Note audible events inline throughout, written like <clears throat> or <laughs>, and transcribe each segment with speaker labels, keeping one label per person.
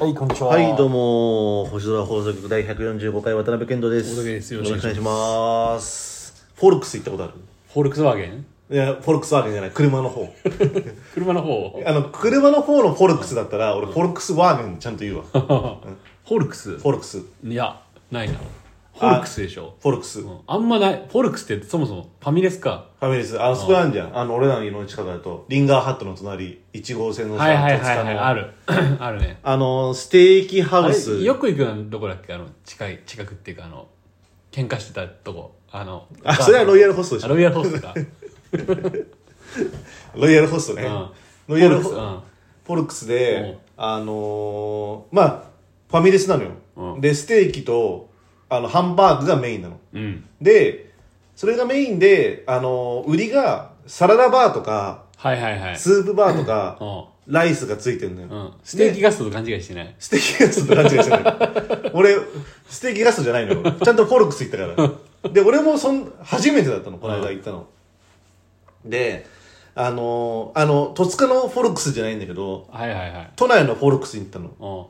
Speaker 1: はい、こんにちは。
Speaker 2: はい、どうも、星空放送局第145回渡辺健人です。
Speaker 1: 大竹です
Speaker 2: よ
Speaker 1: よ
Speaker 2: ろ
Speaker 1: ろ
Speaker 2: し
Speaker 1: し
Speaker 2: く
Speaker 1: く
Speaker 2: お
Speaker 1: お
Speaker 2: 願
Speaker 1: 願
Speaker 2: い
Speaker 1: いし
Speaker 2: します。フォルクス行ったことあ
Speaker 1: フォルクスワーゲン
Speaker 2: るいや、フォルクスワーゲンじゃない、車の <laughs> 方。
Speaker 1: 車の方。
Speaker 2: あの、車の方のフォルクスだったら、俺、フォルクスワーゲンちゃんと言 <laughs> うわ。フ
Speaker 1: フォルクス
Speaker 2: ォルクス、フ
Speaker 1: いや、ないな。フォルクスでしょ。
Speaker 2: ォルクス。フ
Speaker 1: うんあんまない。フォルクスってそもそもファミレスか。
Speaker 2: ァミレス、あのそこあんじゃん。あの、俺らの家の近くだと、リンガーハットの隣、1号線のさ
Speaker 1: はいはいはい
Speaker 2: 戸
Speaker 1: は
Speaker 2: 塚
Speaker 1: い。
Speaker 2: の
Speaker 1: ある。 <coughs> あるね。
Speaker 2: あの、ステーキハ
Speaker 1: あ
Speaker 2: ウ
Speaker 1: れ
Speaker 2: ス。
Speaker 1: よく行くのはどこだっけあの、近い、近くっていうかあの、喧嘩してたとこ。あの、
Speaker 2: あ、それはロイヤルホストでし
Speaker 1: あ
Speaker 2: ょ。
Speaker 1: ロイヤルホストか。
Speaker 2: ロイヤルホストね。
Speaker 1: うん
Speaker 2: ロイヤルホ
Speaker 1: フォルクス。う
Speaker 2: スト
Speaker 1: ん
Speaker 2: フォルクス
Speaker 1: う
Speaker 2: で
Speaker 1: ん、
Speaker 2: あのーまあ、ファミレスなのよ。
Speaker 1: うん
Speaker 2: で、ステーキと、あの、ハンバーグがメインなの。
Speaker 1: うん。
Speaker 2: で、それがメインで、あのー売りが、サラダバーとか、
Speaker 1: はいはいはい。
Speaker 2: スープバーとか、
Speaker 1: う
Speaker 2: ライスがついてるのよ。
Speaker 1: ん。うん。ステーキ
Speaker 2: が。
Speaker 1: ガストと勘違いしてない。
Speaker 2: ステーキガストと勘違いしてない。俺、ステーキガストじゃないのよ。俺ちゃんとフォルクス行ったから。で、俺もそん、初めてだったの、この間行ったの。で、あのーあの、戸塚のフォルクスじゃないんだけど、
Speaker 1: はいはいはい。
Speaker 2: 都内のフォルクスに行ったの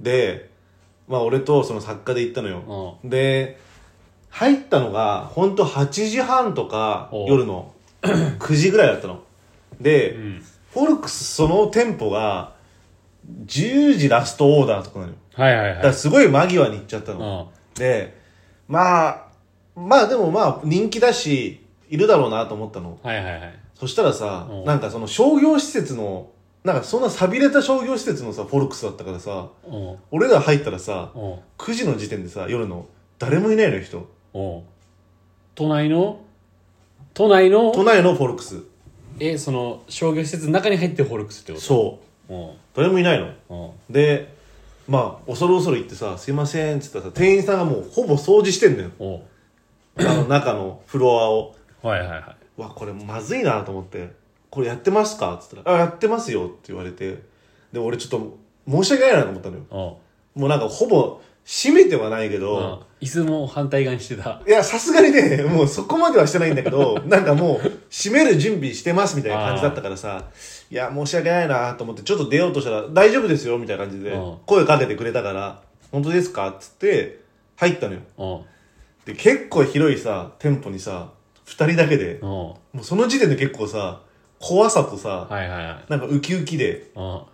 Speaker 1: うん。
Speaker 2: でまあ俺とその作家で行ったのよで入ったのが本当8時半とか
Speaker 1: おう
Speaker 2: 夜の9時ぐらいだったので、
Speaker 1: うん。
Speaker 2: フォルクスその店舗が10時ラストオーダーとかなのよ
Speaker 1: はいはい
Speaker 2: だか
Speaker 1: は
Speaker 2: ら
Speaker 1: い。
Speaker 2: すごい間際に行っちゃった
Speaker 1: う
Speaker 2: の、
Speaker 1: ん。
Speaker 2: でまあまあでもまあ人気だしいるだろうなと思ったの
Speaker 1: はいはいはい。
Speaker 2: そしたらさ、
Speaker 1: うん
Speaker 2: なんかその商業施設のなんかそんな寂れた商業施設のさフォルクスだったからさ
Speaker 1: うん。
Speaker 2: 俺ら入ったらさ
Speaker 1: うん。
Speaker 2: 9時の時点でさ夜の誰もいないのよ人
Speaker 1: おう都内の都内の
Speaker 2: 都内のフォルクス
Speaker 1: えその商業施設の中に入ってホルクスってこと
Speaker 2: そう
Speaker 1: おう
Speaker 2: 誰もいないの
Speaker 1: おう
Speaker 2: でまあ恐る恐る行ってさ「すいません」っつったらさ店員さんがもうほぼ掃除してんのよ
Speaker 1: お
Speaker 2: あの中のフロアを
Speaker 1: うはいはいは
Speaker 2: 「うわこれまずいな」と思って「これやってますか?」っつったら「あやってますよ」って言われてでも俺ちょっと申し訳ないなと思ったのよ
Speaker 1: おう
Speaker 2: もうなんかほぼ閉めてはないけど、
Speaker 1: うん椅子も反対側にしてた
Speaker 2: いや、さすがにね、もうそこまではしてないんだけ
Speaker 1: <laughs>
Speaker 2: ど、なんかもう、閉める準備してますみたいな感じだったからさ、いや、申し訳ないなと思って、ちょっと出ようとしたら、大丈夫ですよみたいな感じで
Speaker 1: うん、
Speaker 2: 声かけてくれたから、本当ですかっつって、入ったのよ。
Speaker 1: おう
Speaker 2: で、結構広いさ、店舗にさ、二人だけで、
Speaker 1: おう
Speaker 2: もうその時点で結構さ、怖さとさ、
Speaker 1: はいはいはい
Speaker 2: なんかウキウキで、
Speaker 1: お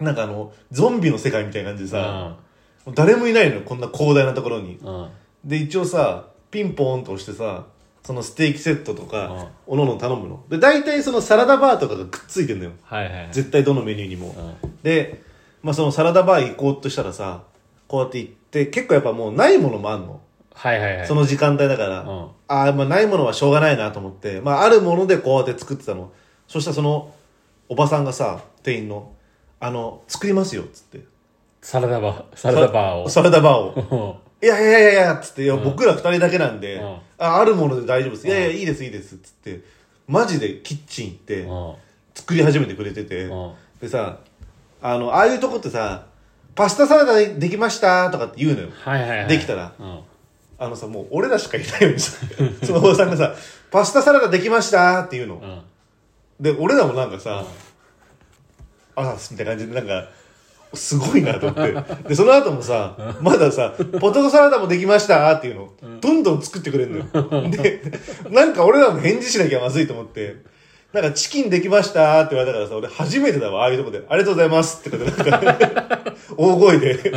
Speaker 1: う
Speaker 2: なんかあの、ゾンビの世界みたいな感じでさ、
Speaker 1: あ
Speaker 2: もう誰もいないのよ、こんな広大なところに。
Speaker 1: うん
Speaker 2: で一応さピンポーンと押してさそのステーキセットとかおのの頼むので大体そのサラダバーとかがくっついてんのよ
Speaker 1: はいはいはい
Speaker 2: 絶対どのメニューにも
Speaker 1: うん
Speaker 2: で、まあ、そのサラダバー行こうとしたらさこうやって行って結構やっぱもうないものもあんの
Speaker 1: はいはいはい
Speaker 2: その時間帯だから、
Speaker 1: うん
Speaker 2: あーまあないものはしょうがないなと思って、まあ、あるものでこうやって作ってたのそしたらそのおばさんがさ店員の「あの作りますよ」っつって
Speaker 1: サラダバーサラダバーを
Speaker 2: サラダバーを
Speaker 1: お
Speaker 2: いやいやいやいや、つって、いや、僕ら二人だけなんで、
Speaker 1: うん
Speaker 2: あ、あるもので大丈夫です。いやいや、いいです、いいです、つって、マジでキッチン行って
Speaker 1: う、お
Speaker 2: 作り始めてくれて
Speaker 1: う
Speaker 2: て、
Speaker 1: おう
Speaker 2: でさ、あの、ああいうとこってさ、パスタサラダできましたとかって言うのよ。
Speaker 1: はいはいはい
Speaker 2: できたら
Speaker 1: うん
Speaker 2: あのさ、もう俺らしかいないのにさ、 <laughs> そのおばさんがさ、パスタサラダできましたって言うの
Speaker 1: う。ん
Speaker 2: で、俺らもなんかさ、あみたいな感じで、なんか、すごいなと思って。で、その後もさ、まださ、ポテトサラダもできましたっていうの、どんどん作ってくれるのよ。で、なんか俺らも返事しなきゃまずいと思って、なんかチキンできましたって言われたからさ、俺初めてだわ、ああいうとこで、ありがとうございますってことで、なんか、大声で、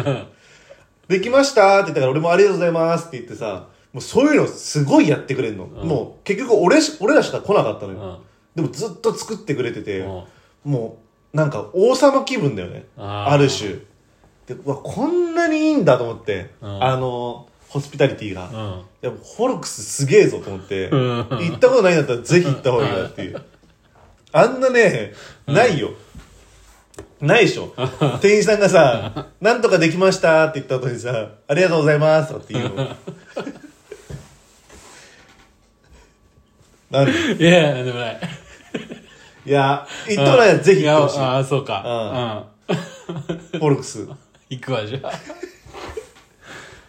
Speaker 2: できましたって言ったから俺もありがとうございますって言ってさ、もうそういうのすごいやってくれるの。もう結局俺し、俺らしか来なかったのよ。でもずっと作ってくれてて、
Speaker 1: うん
Speaker 2: もうなんか王様気分だよね
Speaker 1: あ
Speaker 2: あ
Speaker 1: ー
Speaker 2: る種でうわこんなにいいんだと思って、
Speaker 1: うん
Speaker 2: あのホスピタリティが、
Speaker 1: う
Speaker 2: い
Speaker 1: ん
Speaker 2: やホルクスすげえぞと思って、
Speaker 1: ん
Speaker 2: 行ったことないんだったらぜひ行った方がいいなっていう、あんなねないよ、ないで
Speaker 1: <laughs>
Speaker 2: しょ店員さんがさ「なんとかできました」って言った後にさ「ありがとうございます」とかって言う
Speaker 1: <laughs>
Speaker 2: のなんで
Speaker 1: いやいやでもない
Speaker 2: いや行ったことないならぜひ行ってほしい
Speaker 1: いやああそうかうん
Speaker 2: フォルクス。
Speaker 1: 行くわじゃあ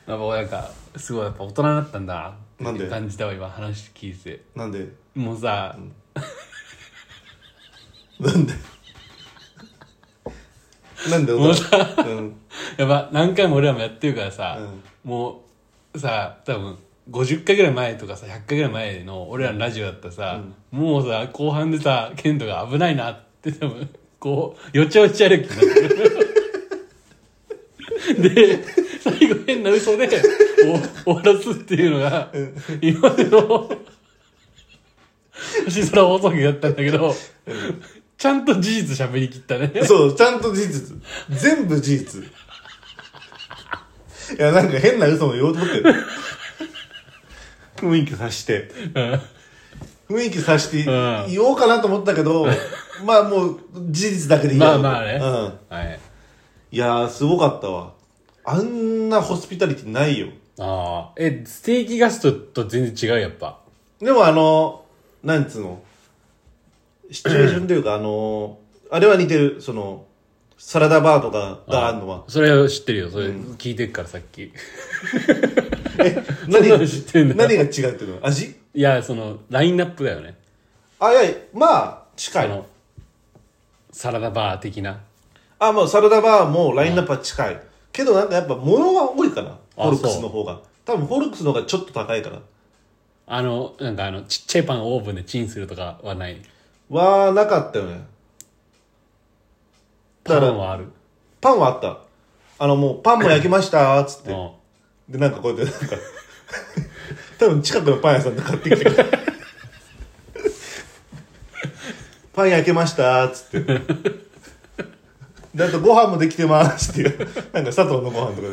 Speaker 1: やっぱなんかすごいやっぱ大人になったんだな
Speaker 2: なん
Speaker 1: っ
Speaker 2: で
Speaker 1: て感じたわ今話聞いて
Speaker 2: なんで
Speaker 1: もうさ、
Speaker 2: なんでなんだよ、
Speaker 1: もう
Speaker 2: うん。
Speaker 1: <laughs> やっぱ何回も俺らもやってるからさ、
Speaker 2: う
Speaker 1: もうさ多分50回ぐらい前とかさ100回ぐらい前の俺らのラジオだったらさ、もうさ後半でさケントが危ないなって多分こうよちよち歩きになってる <laughs> で最後変な嘘でお終わらすっていうのが、今までの星空放送局だったんだけど、ちゃんと事実喋りきったね
Speaker 2: そう、ちゃんと事実。全部事実。いや、なんか変な嘘も言おうと思ってる。雰囲気察して。
Speaker 1: うん
Speaker 2: 雰囲気察して
Speaker 1: うん
Speaker 2: 言おうかなと思ったけど、まあもう事実だけでいい
Speaker 1: まあまあね
Speaker 2: うん。
Speaker 1: はい
Speaker 2: いやー、すごかったわ。あんなホスピタリティないよ。
Speaker 1: ああ、え、ステーキガストと全然違う、やっぱ。
Speaker 2: でもあの、なんつうの、シチュエーションというか、あの、あれは似てる、その、サラダバーとかがあるのは。
Speaker 1: それは知ってるよ、それ聞いてるから、さっき。
Speaker 2: え、
Speaker 1: <laughs> そん
Speaker 2: 何
Speaker 1: な
Speaker 2: が、
Speaker 1: の知ってんだ
Speaker 2: 何が違うっていうの味
Speaker 1: いや、その、ラインナップだよね。
Speaker 2: あ、いや、まあ、近
Speaker 1: あ
Speaker 2: い。
Speaker 1: の、サラダバー的な。
Speaker 2: あ、もうサラダバーもラインナップは近い。けどなんかやっぱ物が多いかな。
Speaker 1: あ
Speaker 2: ホルクスの方が。多分ホルクスの方がちょっと高いから。
Speaker 1: あの、なんかあの、ちっちゃいパンをオーブンでチンするとかはない。
Speaker 2: は、なかったよね。
Speaker 1: パ
Speaker 2: だから
Speaker 1: ンはある。
Speaker 2: パンはあった。あの、もうパンも焼きましたー、つって。
Speaker 1: うん
Speaker 2: で、なんかこうやって、なんか、多分近くのパン屋さんで買ってきてくれた <laughs> パン焼けましたーっつって。で、あとご飯もできてますっていう。なんか佐藤のご飯とか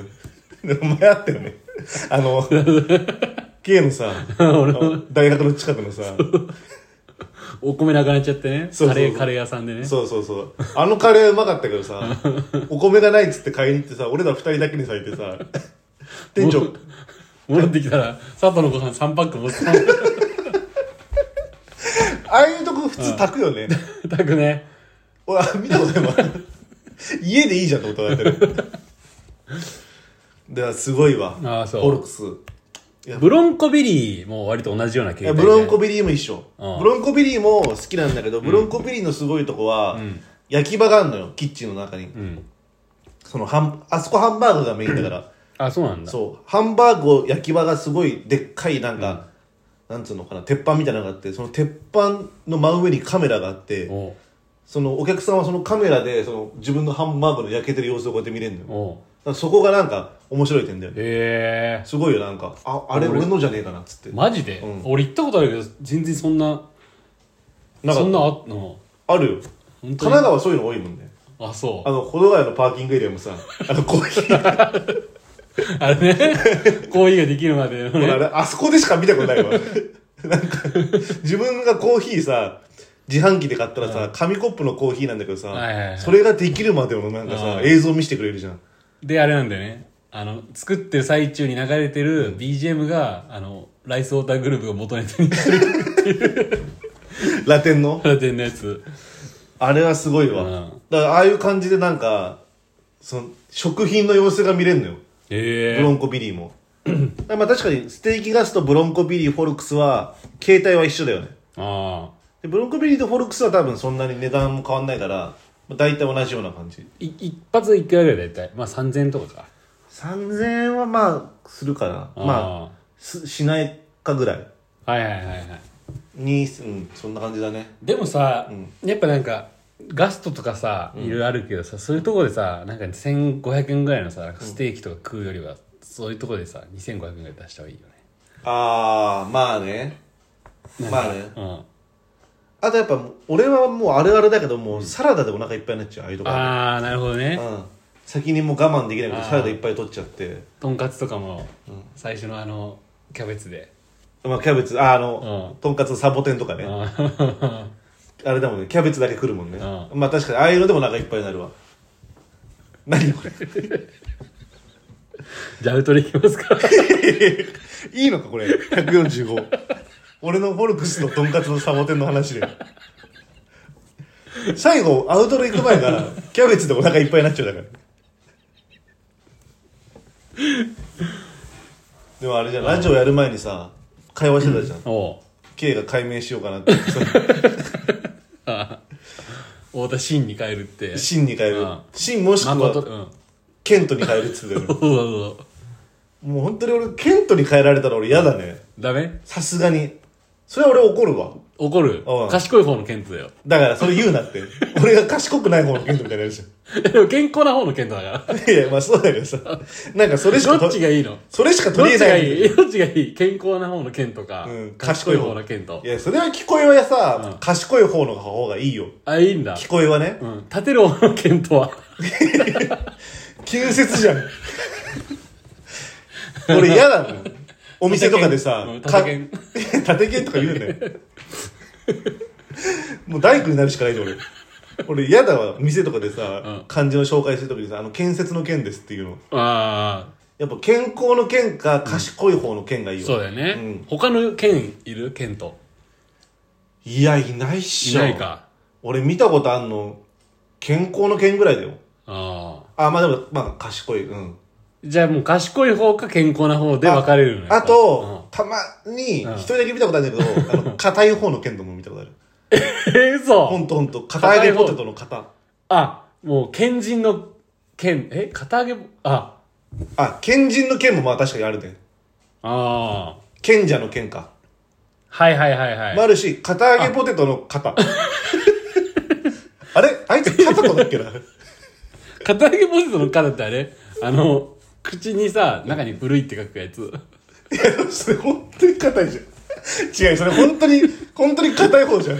Speaker 2: で。で、お前あったよね。あの、K のさ、大学の近くのさ、
Speaker 1: お米なくなっちゃってね。
Speaker 2: そうそうそ
Speaker 1: カ
Speaker 2: う
Speaker 1: レー、カレー屋さんでね。
Speaker 2: そうそうそう。あのカレーうまかったけどさ、お米がないっつって買いに行ってさ、俺ら二人だけにされてさ、店長、
Speaker 1: 戻ってきたら、佐藤のご飯3パック持って
Speaker 2: ああいうとこ普通炊くよね。
Speaker 1: たくね。
Speaker 2: 俺あ見たことないわ家でいいじゃんってことになってるではすごいわ
Speaker 1: ああそう
Speaker 2: ホルクス
Speaker 1: ブロンコビリーも割と同じような経
Speaker 2: い
Speaker 1: 験、
Speaker 2: や
Speaker 1: ね。
Speaker 2: ブロンコビリーも一緒
Speaker 1: うん
Speaker 2: ブロンコビリーも好きなんだけどブロンコビリーのすごいとこは、焼き場があるのよキッチンの中に、
Speaker 1: ん
Speaker 2: そのハンあそこハンバーグがメインだから
Speaker 1: あ、そうなんだ。
Speaker 2: そうハンバーグを焼き場がすごいでっかいなんか、なんつうのかな鉄板みたいなのがあってその鉄板の真上にカメラがあって
Speaker 1: おう
Speaker 2: そのお客さんはそのカメラでその自分のハンバーグの焼けてる様子をこうやって見れるのよだか
Speaker 1: おう
Speaker 2: らそこがなんか面白い点だよね
Speaker 1: へえ。
Speaker 2: すごいよなんかああれ俺のじゃねえかなっつって
Speaker 1: マジで、
Speaker 2: うん
Speaker 1: 俺行ったことあるけど全然そんな
Speaker 2: なかった
Speaker 1: そんなあったの
Speaker 2: あるよ神
Speaker 1: 本当に
Speaker 2: 奈川そういうの多いもんね
Speaker 1: あそ
Speaker 2: あの保土ヶ谷のパーキングエリアもさあのコーヒー
Speaker 1: うあれね <laughs> コーヒーができるまでの
Speaker 2: ほ
Speaker 1: ね
Speaker 2: らあれあそこでしか見たことないわ <laughs> なんか自分がコーヒーさ自販機で買ったらさ紙コップのコーヒーなんだけどさ、
Speaker 1: はいはいはい
Speaker 2: それができるまでのなんかさ、
Speaker 1: うん
Speaker 2: 映像見せてくれるじゃん
Speaker 1: であれなんだよねあの作ってる最中に流れてる BGM があのライスウォーターグループが元ネタにしてる
Speaker 2: ラテンの
Speaker 1: ラテンのやつ
Speaker 2: あれはすごいわ、
Speaker 1: うん
Speaker 2: だからああいう感じでなんかその食品の様子が見れるのよ
Speaker 1: へ
Speaker 2: ブロンコビリーも <clears throat> だからまあ確かにステーキガスとブロンコビリーフォルクスは携帯は一緒だよね
Speaker 1: ああ
Speaker 2: でブロンコビリーとフォルクスは多分そんなに値段も変わんないからまあ大体同じような感じ
Speaker 1: い一発でいくらぐらいだいたいまあ3000円とかか
Speaker 2: 3000円はまあするかなまあすしないかぐらい
Speaker 1: あはいはいはいはい
Speaker 2: にうんそんな感じだね
Speaker 1: でもさ、
Speaker 2: ん
Speaker 1: やっぱなんかガストとかさいろいろあるけどさ、そういうとこでさなんか1500円ぐらいのさなんかステーキとか食うよりは、そういうとこでさ2500円ぐらい出した方がいいよね
Speaker 2: ああまあねまあね
Speaker 1: うん
Speaker 2: あとやっぱ俺はもうあるあるだけどもうサラダでお腹いっぱいになっちゃうああいうとこ
Speaker 1: ああなるほどね、
Speaker 2: うん、先にもう我慢できないから
Speaker 1: あー
Speaker 2: サラダいっぱい取っちゃって
Speaker 1: とんかつとかも、最初のあのキャベツで、
Speaker 2: まあキャベツああの、
Speaker 1: うん <laughs>
Speaker 2: とんかつのサボテンとかね、
Speaker 1: あー
Speaker 2: あれだもんねキャベツだけ来るもんね、
Speaker 1: う
Speaker 2: まあ確かにああいうのでもお腹いっぱいになるわ何これ
Speaker 1: じゃあアウトレ行きます
Speaker 2: <laughs>
Speaker 1: か
Speaker 2: <laughs> いいのかこれ145俺のフォルクスのとんかつのサボテンの話で最後アウトロ行く前からキャベツでお腹いっぱいになっちゃうだからでもあれじゃんラジオやる前にさ会話してたじゃん
Speaker 1: おう
Speaker 2: K が解明しようかなって
Speaker 1: あ太田真に変えるって
Speaker 2: 真に変える
Speaker 1: うん
Speaker 2: 真もしく
Speaker 1: 誠うん
Speaker 2: はケントに変えるっつってたか
Speaker 1: そうそうそう
Speaker 2: らもう本当に俺ケントに変えられたら俺嫌だね
Speaker 1: ダメ
Speaker 2: さすがにそれは俺怒るわ
Speaker 1: 怒る
Speaker 2: うん
Speaker 1: 賢い方のケントだよ <laughs>
Speaker 2: だからそれ言うなって俺が賢くない方のケントみたいになるじゃ
Speaker 1: でも健康な方のケントだから
Speaker 2: んいやまあそうだけどさなんかそれしか
Speaker 1: ど
Speaker 2: と
Speaker 1: っちがいいの
Speaker 2: それしか
Speaker 1: どっ
Speaker 2: 取り
Speaker 1: ち
Speaker 2: 柄
Speaker 1: が
Speaker 2: ない
Speaker 1: いどっちがいい健康な方のケントか、
Speaker 2: うん
Speaker 1: 賢い方のケント
Speaker 2: いやそれは聞こえはさ、
Speaker 1: うん
Speaker 2: 賢い方の方がいいよ
Speaker 1: あいいんだ、
Speaker 2: 聞こえはね
Speaker 1: うん、立てる方のケント
Speaker 2: <laughs>
Speaker 1: は
Speaker 2: 近接じゃん俺嫌なのお店とか
Speaker 1: <laughs>
Speaker 2: でさ
Speaker 1: うん
Speaker 2: か
Speaker 1: 立て
Speaker 2: 縦剣とか言 <laughs> うなよもう大工になるしかないで俺俺嫌だわ店とかでさ、
Speaker 1: うん
Speaker 2: 漢字の紹介するときにさ「あの建設の件です」っていうの
Speaker 1: あ
Speaker 2: やっぱ健康の件か賢い方の件がいい
Speaker 1: あ
Speaker 2: わ
Speaker 1: そうだよね、
Speaker 2: うん
Speaker 1: 他の県いるケント
Speaker 2: いやいないっし
Speaker 1: い
Speaker 2: ょ
Speaker 1: ないか
Speaker 2: 俺見たことあんの健康の件ぐらいだよ
Speaker 1: ああ
Speaker 2: あまあでもまあ賢いうん
Speaker 1: じゃあもう賢い方か健康な方で分かれるのよ
Speaker 2: あと、、たまに
Speaker 1: うん
Speaker 2: 一人だけ見たことあるんだけど、あの硬い方の剣道も見たことある
Speaker 1: うん、えー、
Speaker 2: ほ
Speaker 1: <laughs> 嘘
Speaker 2: んとほんと片揚げポテトの型
Speaker 1: あもう賢人の剣え肩上げあ
Speaker 2: あ剣人の剣もまあ確かにあるね
Speaker 1: ああ
Speaker 2: 賢者の剣か、
Speaker 1: はいはいはいはい、
Speaker 2: もあるし片揚げポテトの型 <laughs> あれあいつ肩とだ
Speaker 1: <laughs>
Speaker 2: っけな
Speaker 1: 片揚げポテトの肩ってあれあの口にさ中に古いって書くやつ
Speaker 2: いやそれ本当に硬いじゃん違うそれ本当に本当に硬い方
Speaker 1: <laughs>
Speaker 2: じゃん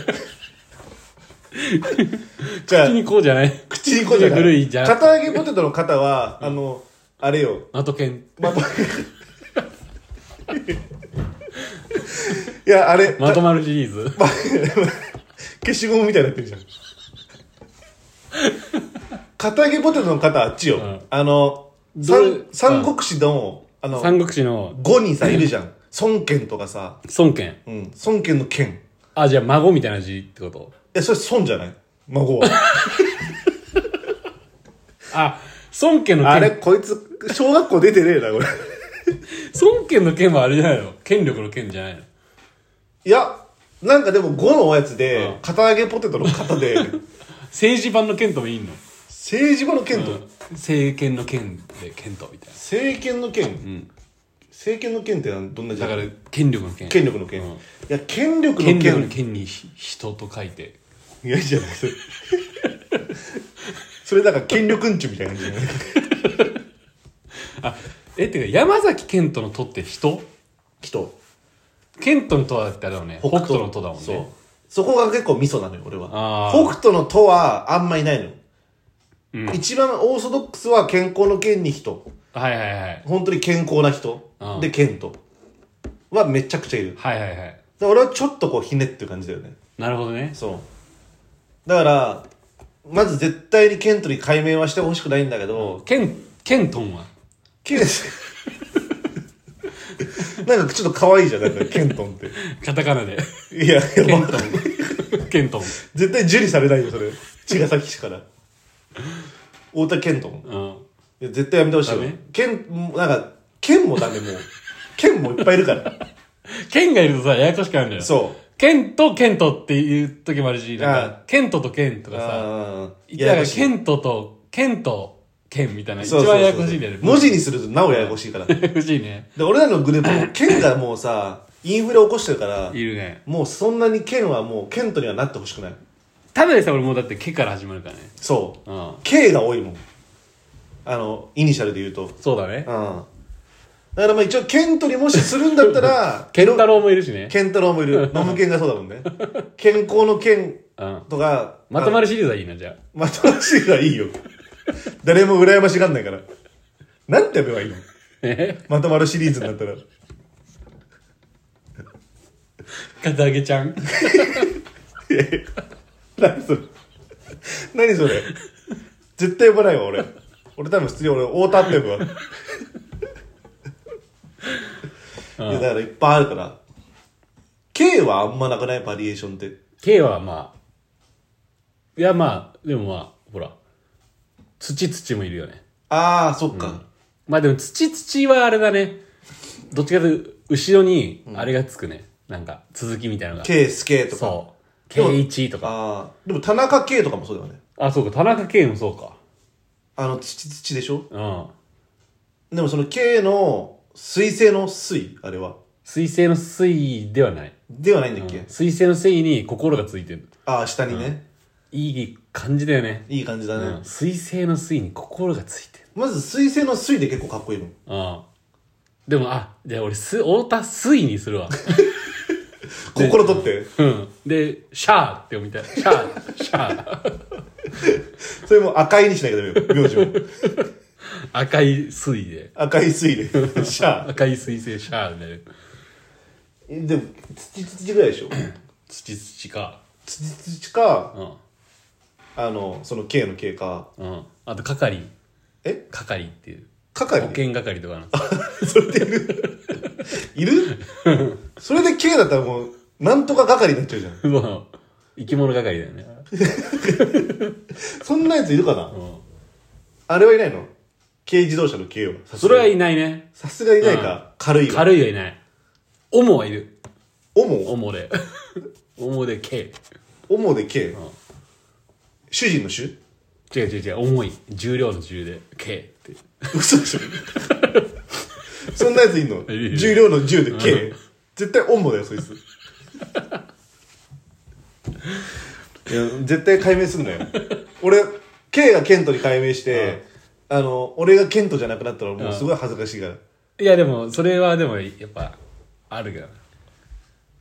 Speaker 2: じゃあ
Speaker 1: 口にこうじゃない
Speaker 2: 口にこうじゃな
Speaker 1: 古
Speaker 2: い
Speaker 1: いじゃん
Speaker 2: 片揚げポテトの型はあのあれよ
Speaker 1: あと剣
Speaker 2: まといやあれ、
Speaker 1: まとまるシリーズ
Speaker 2: ま消しゴムみたいになってるじゃん片揚げポテトの方あっちよ、
Speaker 1: ん
Speaker 2: あの
Speaker 1: どれ
Speaker 2: 三三国志の、あの
Speaker 1: 三国志の
Speaker 2: 五人さいるじゃん孫権とかさ、
Speaker 1: 孫権
Speaker 2: うん、孫権の権
Speaker 1: あじゃあ孫みたいな字ってこと
Speaker 2: えそれ孫じゃない孫は
Speaker 1: あ孫権の
Speaker 2: <laughs> あれ
Speaker 1: 剣
Speaker 2: こいつ小学校出てねえなこれ
Speaker 1: 孫権の剣はあれじゃないの権力の剣じゃないの
Speaker 2: いやなんかでも5のおやつで、
Speaker 1: うん
Speaker 2: 片揚げポテトの型で
Speaker 1: 政治版の剣ともいいの
Speaker 2: 政治家の剣と、
Speaker 1: 政権の剣で剣とみたい
Speaker 2: 政権の権、政権の権ってなんどんな字
Speaker 1: なだから権力の剣
Speaker 2: 権力の権、
Speaker 1: うん
Speaker 2: いや権力の
Speaker 1: 権
Speaker 2: 権
Speaker 1: 力の権にひ人と書いて
Speaker 2: いやいいじゃないそれ <laughs> それなんか権力んちゅみたいな感じじゃない
Speaker 1: あえってか山崎賢人の「と」って人
Speaker 2: 人
Speaker 1: 賢人の「と」だってあれだよね北斗の「と」だもん
Speaker 2: そう
Speaker 1: ね
Speaker 2: そこが結構ミソなのよ俺は
Speaker 1: あー
Speaker 2: 北斗の「と」はあんまいないの、一番オーソドックスは健康の権に人
Speaker 1: はいはいはい
Speaker 2: 本当に健康な人、
Speaker 1: うん
Speaker 2: で健人はめちゃくちゃいるだか
Speaker 1: はいはいはい
Speaker 2: ら俺はちょっとこうひねってる感じだよね
Speaker 1: なるほどね
Speaker 2: そうだからまず絶対にケントに解明はしてほしくないんだけど、
Speaker 1: 賢賢トンは
Speaker 2: ケン <laughs> なんかちょっと可愛いじゃんなんかケントンって
Speaker 1: カタカナで
Speaker 2: いやいや、
Speaker 1: 賢
Speaker 2: まあ
Speaker 1: トン賢トン
Speaker 2: 絶対受理されないよそれ茅ヶ崎市から太田ケントン
Speaker 1: うん
Speaker 2: いや絶対やめてほしいよ
Speaker 1: ダメ
Speaker 2: ケンなんかケンもダメもうケンもいっぱいいるから
Speaker 1: 剣がいるとさややこしくなるんだよう
Speaker 2: そう
Speaker 1: 剣と剣とっていう時もあるしなん
Speaker 2: あ
Speaker 1: か剣とと剣とかさ
Speaker 2: あー
Speaker 1: いやだから
Speaker 2: こしい
Speaker 1: 剣とと剣と剣みたいな一
Speaker 2: そうそうそう
Speaker 1: 番ややこしいんだよね <laughs>
Speaker 2: 文字にするとなおややこしいから
Speaker 1: ややこしいね
Speaker 2: で俺らのグルー
Speaker 1: <coughs>
Speaker 2: プもケンがもうさインフレ起こしてるから
Speaker 1: いるね
Speaker 2: もうそんなにケンはもうケントにはなってほしくない
Speaker 1: ただでさえ俺もうだって「け」から始まるからね
Speaker 2: そう、
Speaker 1: うん
Speaker 2: K が多いもんあのイニシャルで言うとうん
Speaker 1: そうだね
Speaker 2: だからまあ一応ケントにもしするんだっ
Speaker 1: <laughs>
Speaker 2: たら
Speaker 1: 健太郎もいるしね
Speaker 2: ケンタロウもいるノムケンがそうだもんね健康の健
Speaker 1: うん
Speaker 2: とか
Speaker 1: まとまる
Speaker 2: る
Speaker 1: シリーズはいいな <laughs> じゃ
Speaker 2: まとまるしがいいよ誰も羨ましがんないからなんて呼べばいいの
Speaker 1: あえ
Speaker 2: まとまるシリーズになったら
Speaker 1: 片揚げちゃん
Speaker 2: 何それ何それ絶対呼ばないわ俺俺多分普通に俺太田って呼ぶわ、いやだからいっぱいあるから K はあんまなくないバリエーションって
Speaker 1: K はまあいやまあでもまあほら土土もいるよね
Speaker 2: ああそっか、
Speaker 1: まあでも土土はあれだねどっちかというと後ろにあれがつくねなんか続きみたいなのが
Speaker 2: K スケとか
Speaker 1: そ圭一とか。
Speaker 2: ああでも田中圭とかもそうだよね
Speaker 1: あ、そうか、田中圭もそうか。
Speaker 2: あの土土でしょ
Speaker 1: うん。
Speaker 2: でもその圭の水星の水あれは
Speaker 1: 水星の水ではない。
Speaker 2: ではないんだっけ、
Speaker 1: 水星の水に心がついてる。
Speaker 2: ああ下にね、
Speaker 1: いい感じだよね。
Speaker 2: いい感じだね、
Speaker 1: うん。水星の水に心がついてる。
Speaker 2: まず水星の水で結構かっこいいの
Speaker 1: うん。でも、あ、じゃあ俺、す、太田水にするわ。
Speaker 2: 心取って
Speaker 1: うん。で、シャーって読みたい。シャー、シャー。
Speaker 2: それも赤いにしなきゃダメよ名
Speaker 1: <laughs>
Speaker 2: 字を
Speaker 1: 赤い水で。
Speaker 2: 赤い水で
Speaker 1: <laughs>
Speaker 2: シャ
Speaker 1: 赤い水星シャーになる。
Speaker 2: ーでも土土ぐらいでしょ
Speaker 1: 土土か。
Speaker 2: 土土か
Speaker 1: うん。
Speaker 2: あのその圭の圭か
Speaker 1: うん。あと、係。
Speaker 2: え
Speaker 1: 係っていう。
Speaker 2: 係
Speaker 1: 保健係とかの。
Speaker 2: いるそれで K だったらもう、なんとか係になっちゃうじゃ
Speaker 1: <laughs>
Speaker 2: ん。
Speaker 1: もう、生き物係だよね。
Speaker 2: そんなやついるかな、
Speaker 1: ん
Speaker 2: あれはいないの軽自動車の K は。さす
Speaker 1: そ
Speaker 2: が
Speaker 1: れ
Speaker 2: に
Speaker 1: はいないね。
Speaker 2: さすがにいないか。軽いわ。
Speaker 1: 軽いはいない。オモはいる。
Speaker 2: おも
Speaker 1: オモで。オモで K。
Speaker 2: おもで K。主人の主
Speaker 1: 違う違う違う、重い。重量の重で K って。
Speaker 2: <laughs> 嘘でしょそんなやついんの
Speaker 1: いるいる
Speaker 2: 重量の重で K。絶対おもだよ、そいつ。いや、絶対解明すんなよ。俺、K がケントに解明して、あの、俺がケントじゃなくなったらもうすごい恥ずかしいから。
Speaker 1: いやでも、それはでも、やっぱ、あるからな。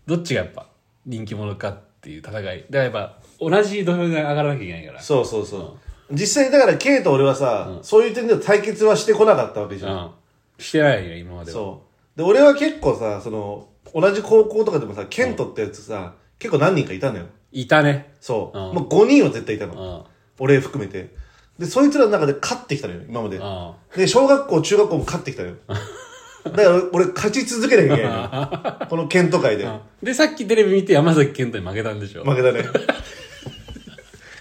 Speaker 1: どっちがやっぱ、人気者かっていう戦い。だからやっぱ、同じ土俵が上がらなきゃいけないから。
Speaker 2: そうそうそう。実際だから K と俺はさ、そういう点では対決はしてこなかったわけじゃん。
Speaker 1: うん。してないよ、今までは。
Speaker 2: そう。で、俺は結構さ、その、同じ高校とかでもさ、ケントってやつさ、結構何人かいたのよ。
Speaker 1: いたね。
Speaker 2: そう。
Speaker 1: うん
Speaker 2: もう5人は絶対いた
Speaker 1: う
Speaker 2: の。
Speaker 1: ん。うん。
Speaker 2: 俺含めて。で、そいつらの中で勝ってきたのよ、今まで。
Speaker 1: あ
Speaker 2: で、小学校、中学校も勝ってきた
Speaker 1: <laughs>
Speaker 2: のよ。だから俺勝ち続けなきゃいけないの。このケント界で。
Speaker 1: で、さっきテレビ見て山崎健太に負けたんでしょ。
Speaker 2: 負けたね。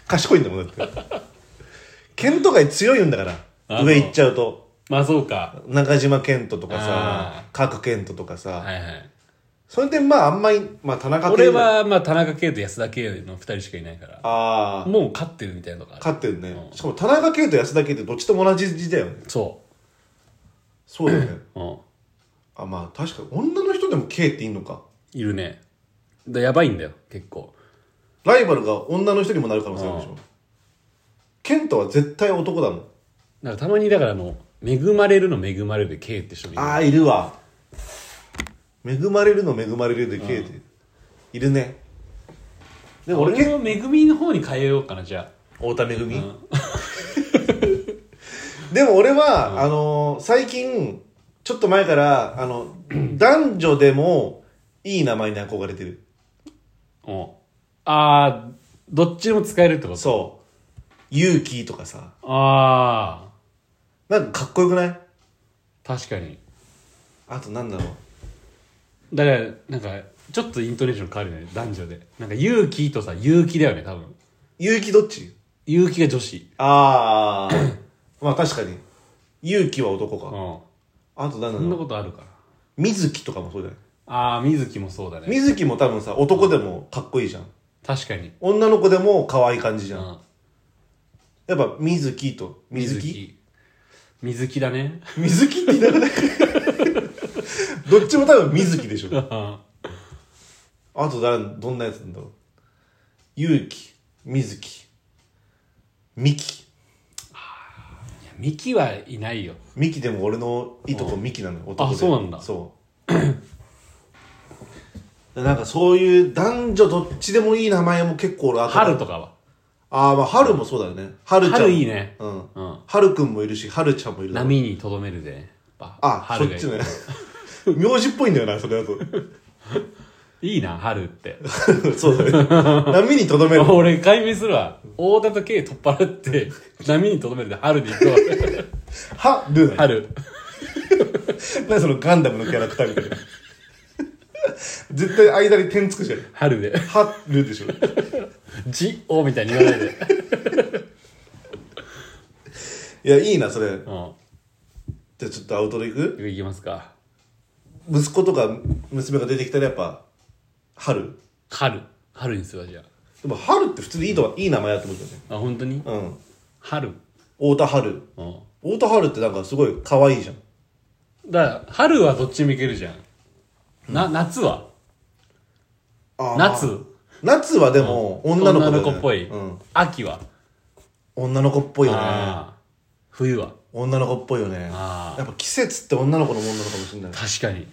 Speaker 2: 賢いんだもん、だって。ケント界強いんだから。
Speaker 1: あ
Speaker 2: 上行っちゃうと。
Speaker 1: まあそうか。
Speaker 2: 中島健人とか
Speaker 1: あ
Speaker 2: さ、角健人とかさ。
Speaker 1: はいはい。
Speaker 2: それでまああんまり、まあ田中
Speaker 1: 俺
Speaker 2: 健
Speaker 1: は、まあ田中圭と安田圭の二人しかいないから。
Speaker 2: ああ、
Speaker 1: もう勝ってるみたいなのがある。
Speaker 2: 勝ってるね。しかも田中圭と安田圭ってどっちとも同じ字だよね。
Speaker 1: そ
Speaker 2: そうだよね。
Speaker 1: う。うん。
Speaker 2: あ、まあ確かに女の人でも圭っていんのか。
Speaker 1: いるね。だやばいんだよ、結構。
Speaker 2: ライバルが女の人にもなる可能性あるでしょ。健人は絶対男だもん。
Speaker 1: なんかたまにだからあの、恵まれるの恵まれるで K って人もいる。
Speaker 2: ああ、いるわ。恵まれるの恵まれるで圭って。いるね。でも俺
Speaker 1: 俺
Speaker 2: け、
Speaker 1: も恵みの方に変えようかな、じゃ
Speaker 2: 太田恵み、 <laughs> でも俺は、あのー最近ちょっと前からあの男女でもいい名前に憧れてる
Speaker 1: あ。うん。あー、どっちでも使えるってこと
Speaker 2: そう勇気とかさ
Speaker 1: あ
Speaker 2: なんかかっこよくない
Speaker 1: ー、確かに。
Speaker 2: あとなんだろう
Speaker 1: だから、なんか、ちょっとイントネーション変わるよね、男女で。なんか、勇気とさ、勇気だよね、多分。
Speaker 2: 勇気どっち
Speaker 1: 勇気が女子。
Speaker 2: ああまあ確かに勇気は男
Speaker 1: う
Speaker 2: か
Speaker 1: ん。
Speaker 2: あとなんだ
Speaker 1: そんな
Speaker 2: ろう
Speaker 1: ことあるから。
Speaker 2: 水木とかもそうじゃない
Speaker 1: あー、水木もそうだね。
Speaker 2: 水木も多分さ男でもかっこいいじゃん
Speaker 1: 確かに。
Speaker 2: 女の子でも可愛い感じじ
Speaker 1: う
Speaker 2: ゃん
Speaker 1: ん。
Speaker 2: やっぱ水木と水木
Speaker 1: 水木だ
Speaker 2: <laughs>
Speaker 1: ね。
Speaker 2: 水木って言いながらどっちも多分水木でしょあとだどんなやつなんだろう勇気水木ミキ
Speaker 1: いやミキはいないよ。
Speaker 2: ミキでも俺のいとこミキなのよ男で
Speaker 1: あそうなんだ
Speaker 2: そうなんかそう <clears throat> いう男女どっちでもいい名前も結構俺
Speaker 1: 春
Speaker 2: と
Speaker 1: とかは。
Speaker 2: ああまあ春もそうだよね春ちゃん
Speaker 1: 春いいね
Speaker 2: うん
Speaker 1: うん
Speaker 2: 春くんもいるし春ちゃんもいるだろう
Speaker 1: 波にとどめるで、ね。やっぱ
Speaker 2: あそ
Speaker 1: 春
Speaker 2: っ
Speaker 1: がいい
Speaker 2: ちね <laughs> 名字っぽいんだよなそれだと <laughs>
Speaker 1: いいな、春って。 <laughs>
Speaker 2: そうだね。波にとどめる。
Speaker 1: 俺、解明するわ。大田と K 取っ払 <laughs> って、波にとどめるで春で行くわ。
Speaker 2: は、ルー。
Speaker 1: <laughs> 春。
Speaker 2: 何そのガンダムのキャラクターみたいな。 <laughs> 絶対間に点つくじゃん。
Speaker 1: 春で。
Speaker 2: は、ルーでしょ。
Speaker 1: ジオみたいに言わないで。
Speaker 2: いや、いいな、それ。
Speaker 1: うん。
Speaker 2: じゃあちょっとアウトで行く
Speaker 1: いきますか。
Speaker 2: 息子とか娘が出てきたらやっぱ、春。
Speaker 1: 春。春にするわ、じゃあ。
Speaker 2: でも春って普通にいいといい名前だってこと
Speaker 1: あ本当に
Speaker 2: だよねうん
Speaker 1: 春
Speaker 2: 太田春
Speaker 1: うん
Speaker 2: 太田春ってなんかすごい可愛いじゃん
Speaker 1: だから春はどっちもいけるじゃん、な夏は
Speaker 2: あー
Speaker 1: 夏
Speaker 2: 夏はでも女の子だよね
Speaker 1: 女の子っぽい、
Speaker 2: うん
Speaker 1: 秋は
Speaker 2: 女の子っぽいよね
Speaker 1: ああ冬は
Speaker 2: 女の子っぽいよね
Speaker 1: あ
Speaker 2: やっぱ季節って女の子のもんなのかもしれない
Speaker 1: 確かに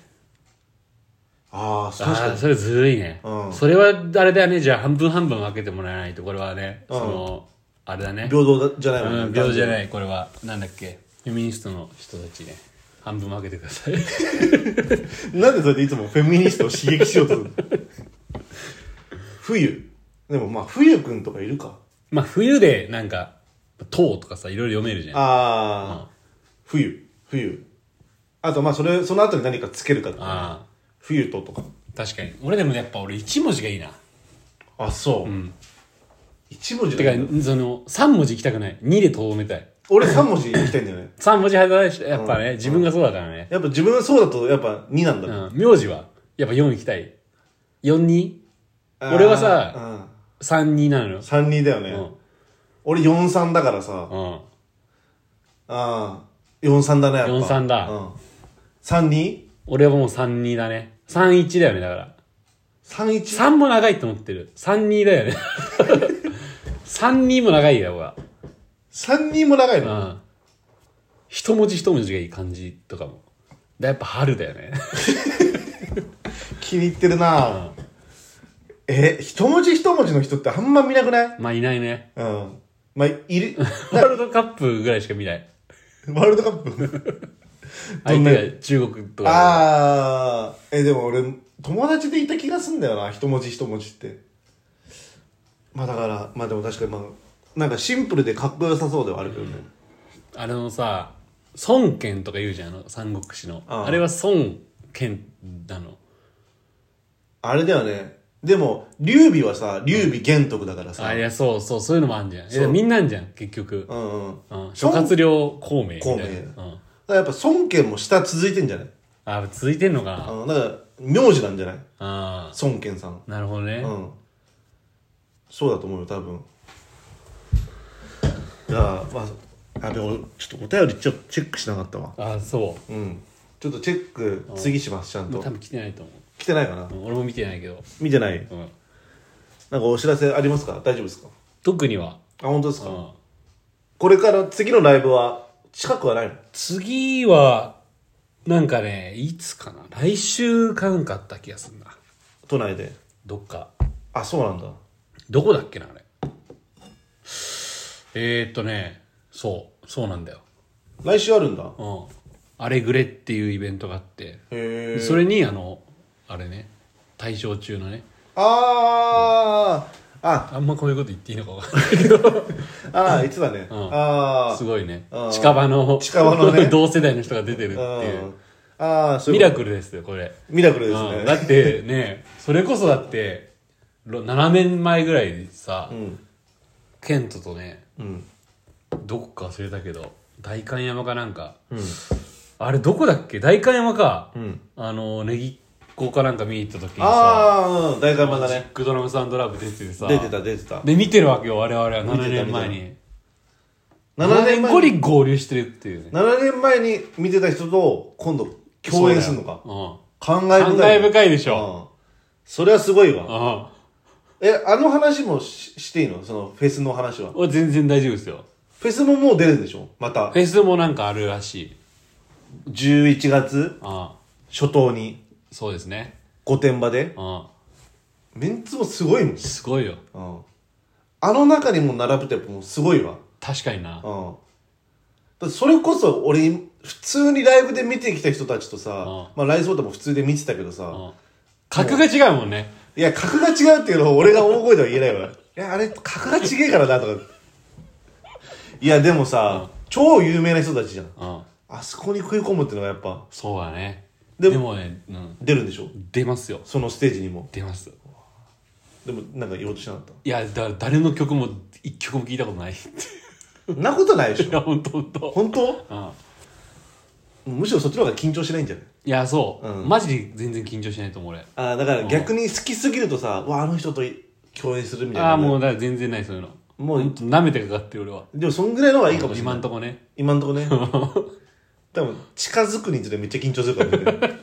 Speaker 2: ああ確
Speaker 1: あ
Speaker 2: か
Speaker 1: あ
Speaker 2: に
Speaker 1: それずるいね、
Speaker 2: うん
Speaker 1: それはあれだよねじゃあ半分半分分けてもらわないとこれはね、そのあれだね
Speaker 2: 平等だじゃないもんね、
Speaker 1: うん秒じゃ
Speaker 2: い
Speaker 1: ないこれはなんだっけフェミニストの人たちね半分分けてください <laughs>
Speaker 2: なんでそれでいつもフェミニストを刺激しようとするの <laughs> 冬でもまあ冬くんとかいるか
Speaker 1: まあ冬でなんか「とう」とかさいろいろ読めるじゃんあ
Speaker 2: ああ、冬冬あとまあそれその後に何かつけるかとか
Speaker 1: あ
Speaker 2: 冬ととか
Speaker 1: 確かに俺でもやっぱ俺1文字がいいな
Speaker 2: あそう、一文字
Speaker 1: て
Speaker 2: だ
Speaker 1: か
Speaker 2: けど
Speaker 1: その3文字行きたくない2でとどめたい
Speaker 2: 俺三文字いきたいんだよね
Speaker 1: 3文字派だしやっぱね、自分がそうだからね、
Speaker 2: やっぱ自分はそうだとやっぱ二なんだ、
Speaker 1: うん、名字はやっぱ4行きたい42
Speaker 2: あー
Speaker 1: 俺はさ、32なのよ
Speaker 2: うん、三二だよね、
Speaker 1: ん
Speaker 2: 俺四三だからさ、
Speaker 1: うん
Speaker 2: ああ四三だねやっぱ
Speaker 1: 四三だ
Speaker 2: うん、三二
Speaker 1: 俺はもう32だね31だよねだから
Speaker 2: 三一
Speaker 1: 3も長いと思ってる32だよね <laughs> 32も長いよ俺は
Speaker 2: 三二も長いうの、
Speaker 1: ん一文字一文字がいい感じとかもだやっぱ春だよね <laughs>
Speaker 2: 気に入ってるな、え一文字一文字の人ってあんま見なくない
Speaker 1: まあいないね
Speaker 2: うんまあ
Speaker 1: <laughs>
Speaker 2: いる
Speaker 1: ワールドカップぐらいしか見ない
Speaker 2: <laughs> ワールドカップ
Speaker 1: <laughs> 相手が中国とか
Speaker 2: ああえでも俺友達でいた気がすんだよな一文字一文字ってまあだからまあでも確かにまあなんかシンプルでかっこよさそうではあるけどね、
Speaker 1: あれのさ孫権とか言うじゃんあの三国志の
Speaker 2: あ
Speaker 1: あ
Speaker 2: あ
Speaker 1: れは孫権なの
Speaker 2: あれだよねでも劉備はさ劉備玄徳だからさ、
Speaker 1: あいやそうそうそういうのもあんじゃんいやみんなんじゃん結局、
Speaker 2: う
Speaker 1: うん
Speaker 2: んうん
Speaker 1: 諸葛亮孔明みたいな、
Speaker 2: 孔明
Speaker 1: うん、
Speaker 2: だからやっぱ孫権も下続いてんじゃない
Speaker 1: あ続いてんのかな
Speaker 2: あのだから名字なんじゃない
Speaker 1: あ
Speaker 2: 孫権さん
Speaker 1: あなるほどね、
Speaker 2: うんそうだと思うよ多分じゃあまあやべ俺ちょっとお便りちょっとチェックしなかったわ
Speaker 1: あそ
Speaker 2: うんちょっとチェック次しますちゃん
Speaker 1: うもう
Speaker 2: と
Speaker 1: 多分来てないと思
Speaker 2: 来てないかな
Speaker 1: う、うん俺も見てないけど、
Speaker 2: 見てない
Speaker 1: うん、
Speaker 2: なんかお知らせありますか大丈夫ですか
Speaker 1: 特には、
Speaker 2: あ本当です
Speaker 1: う
Speaker 2: か
Speaker 1: ん、
Speaker 2: これから次のライブは近くはないの
Speaker 1: 次はなんかねいつかな来週かなんかあった気がするな
Speaker 2: 都内で
Speaker 1: どっか
Speaker 2: あそうなんだ
Speaker 1: どこだっけなあれえー、っとねそうそうなんだよ、
Speaker 2: 来週あるんだ
Speaker 1: うん、アレグレっていうイベントがあって
Speaker 2: へえ
Speaker 1: それにあのあれね対象中のね
Speaker 2: あーあ
Speaker 1: あんまこういうこと言っていいのか分かんない
Speaker 2: ああいつだね、
Speaker 1: ん
Speaker 2: ああ
Speaker 1: すごいね
Speaker 2: うん
Speaker 1: 近場の
Speaker 2: 近場の
Speaker 1: <laughs>
Speaker 2: ね
Speaker 1: 同世代の人が出てるっていう
Speaker 2: うんああそうい
Speaker 1: ミ
Speaker 2: う
Speaker 1: ラ
Speaker 2: こと
Speaker 1: クルですよこれ、
Speaker 2: ミラクルです
Speaker 1: うん、
Speaker 2: ね
Speaker 1: だってねそれこそだってろ7年前ぐらいにさ、
Speaker 2: うん
Speaker 1: ケントとね
Speaker 2: うん
Speaker 1: どこか忘れたけど代官山かなんか
Speaker 2: うん
Speaker 1: あれどこだっけ代官山か、
Speaker 2: うん
Speaker 1: あのネギっ子かなんか見に行った時にさ
Speaker 2: ああ大
Speaker 1: ジ
Speaker 2: 会版だ
Speaker 1: ッ
Speaker 2: ね
Speaker 1: クドラムサンドラブ出ててさ
Speaker 2: 出てた出てた
Speaker 1: で見てるわけよ我々は7
Speaker 2: 見てた
Speaker 1: 年前に7
Speaker 2: 7年
Speaker 1: 年
Speaker 2: 前
Speaker 1: 後
Speaker 2: に
Speaker 1: に合流してるっていうね
Speaker 2: 7年前に見てた人と今度共演するのか
Speaker 1: う
Speaker 2: 感
Speaker 1: だ
Speaker 2: 慨
Speaker 1: ようん、
Speaker 2: 深い
Speaker 1: 感慨深いでしょ、
Speaker 2: うんそれはすごいわ
Speaker 1: うん、
Speaker 2: えあの話もししていいのそのフェスの話は
Speaker 1: 俺全然大丈夫ですよ
Speaker 2: フェスももう出るんでしょまた
Speaker 1: フェスもなんかあるらしい
Speaker 2: 11月
Speaker 1: あ
Speaker 2: 初頭に
Speaker 1: そうですね
Speaker 2: 御殿場で
Speaker 1: あ
Speaker 2: メンツもすごいもん
Speaker 1: すごいよ
Speaker 2: うんあの中にも並ぶとやっぱもうすごいわ
Speaker 1: 確かにな
Speaker 2: うんだってそれこそ俺普通にライブで見てきた人たちとさ、まあ、ライソータも普通で見てたけどさ、
Speaker 1: うん格が違うもんね
Speaker 2: いや格が違うっていうのを俺が大声では言えないわいやあれ格が違えからなとかいやでもさ、超有名な人たちじゃん
Speaker 1: うん
Speaker 2: あそこに食い込むっていうのがやっぱ
Speaker 1: そうだね
Speaker 2: で
Speaker 1: で
Speaker 2: も
Speaker 1: もね、うん、
Speaker 2: 出るんでしょ
Speaker 1: 出ますよ
Speaker 2: そのステージにも
Speaker 1: 出ます
Speaker 2: でもなんか言おうとしなかっ
Speaker 1: いやだから誰の曲も一曲も聞いたことない <laughs> い
Speaker 2: たんなことな
Speaker 1: <laughs>
Speaker 2: いでしょ
Speaker 1: や本当本当
Speaker 2: 本当
Speaker 1: うん
Speaker 2: むしろそっちの方が緊張しないんじゃない
Speaker 1: いやそう、
Speaker 2: うん
Speaker 1: マジで全然緊張しないと思う俺
Speaker 2: あーだから逆に好きすぎるとさ、わあの人とい共演するみたいな
Speaker 1: ああ、もうだから全然ない、そういうの。
Speaker 2: もう
Speaker 1: ほんと舐めてかかって、俺は。
Speaker 2: でもそんぐらいの方がいいかもしれない
Speaker 1: 今んとこね。
Speaker 2: 今んとこね <laughs> 多分近づくにつれめっちゃ緊張するから <laughs> ね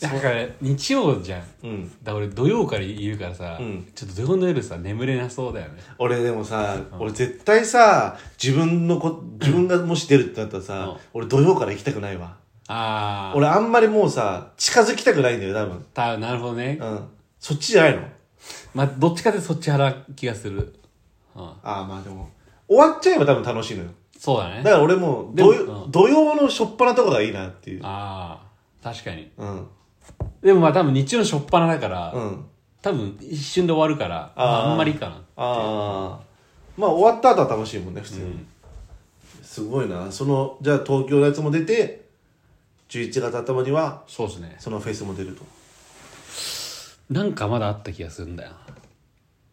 Speaker 1: だから、日曜じゃん。
Speaker 2: うん
Speaker 1: だから俺土曜からいるからさ、
Speaker 2: うん
Speaker 1: ちょっと土曜の夜さ、眠れなそうだよね。
Speaker 2: 俺でもさ、俺絶対さ自分のこ自分がもし出るってなったらさ、
Speaker 1: うん
Speaker 2: 俺土曜から行きたくないわ
Speaker 1: ああ。
Speaker 2: 俺あんまりもうさ近づきたくないんだよ多分
Speaker 1: たなるほどね。
Speaker 2: うんそっちじゃないの
Speaker 1: まあ、どっちかってそっち派な気がする。うん。
Speaker 2: ああまあでも終わっちゃえば多分楽しいのよ
Speaker 1: そうだね。
Speaker 2: だから俺もう
Speaker 1: でも
Speaker 2: 土曜土曜の初っ端とこがいいなっていう
Speaker 1: ああ、確かに。
Speaker 2: うん
Speaker 1: でもまあ多分日曜の初っ端だから、
Speaker 2: うん
Speaker 1: 多分一瞬で終わるから、ま
Speaker 2: あー
Speaker 1: あ、あんまりいいかな。
Speaker 2: ああまあ終わった後は楽しいもんね普通に、すごいなそのじゃあ東京のやつも出て11月頭には
Speaker 1: そうですね。
Speaker 2: そのフェスも出ると
Speaker 1: なんかまだあった気がするんだよ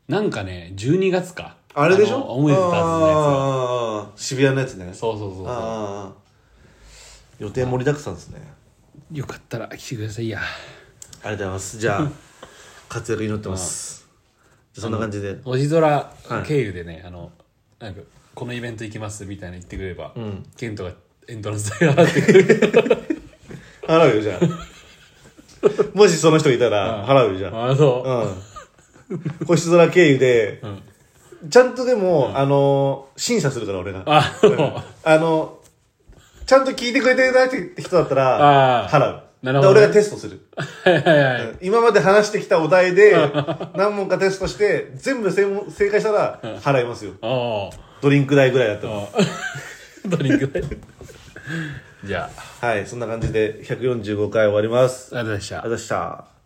Speaker 1: な。なんかね、12月か。
Speaker 2: あれでしょ
Speaker 1: の思い出たはずのやつは。
Speaker 2: あー渋谷のやつね
Speaker 1: そうそうそうそう。
Speaker 2: ああ予定盛りだくさんですね
Speaker 1: よかったら来てくださいや。
Speaker 2: ありがとうございますじゃ <laughs> あ活躍祈ってますじゃあそんな感じで
Speaker 1: おじぞら経由でね、あの、なんか、このイベント行きますみたいな言ってくれれば、
Speaker 2: ん
Speaker 1: ケントがエントランス代払ってくれる。
Speaker 2: 払うよじ <laughs> ゃあもしその人いたら払うよじゃあ
Speaker 1: あ、そう。
Speaker 2: うん。星空経由で、ちゃんとでも、あの、審査するから俺が。
Speaker 1: あそう
Speaker 2: うんあの、ちゃんと聞いてくれてるなって人だったら、
Speaker 1: あー
Speaker 2: 払う。
Speaker 1: なるほどね
Speaker 2: で俺がテストする。
Speaker 1: はいはいはい。
Speaker 2: うん今まで話してきたお題で、何問かテストして、全部正門正解したら、払いますよ。
Speaker 1: あ
Speaker 2: ドリンク代ぐらいだったら。
Speaker 1: あ。ドリンク代。じゃあ、ありがとう
Speaker 2: はい、そんな感じで、145回終わります。
Speaker 1: ございました
Speaker 2: ありがとうございました。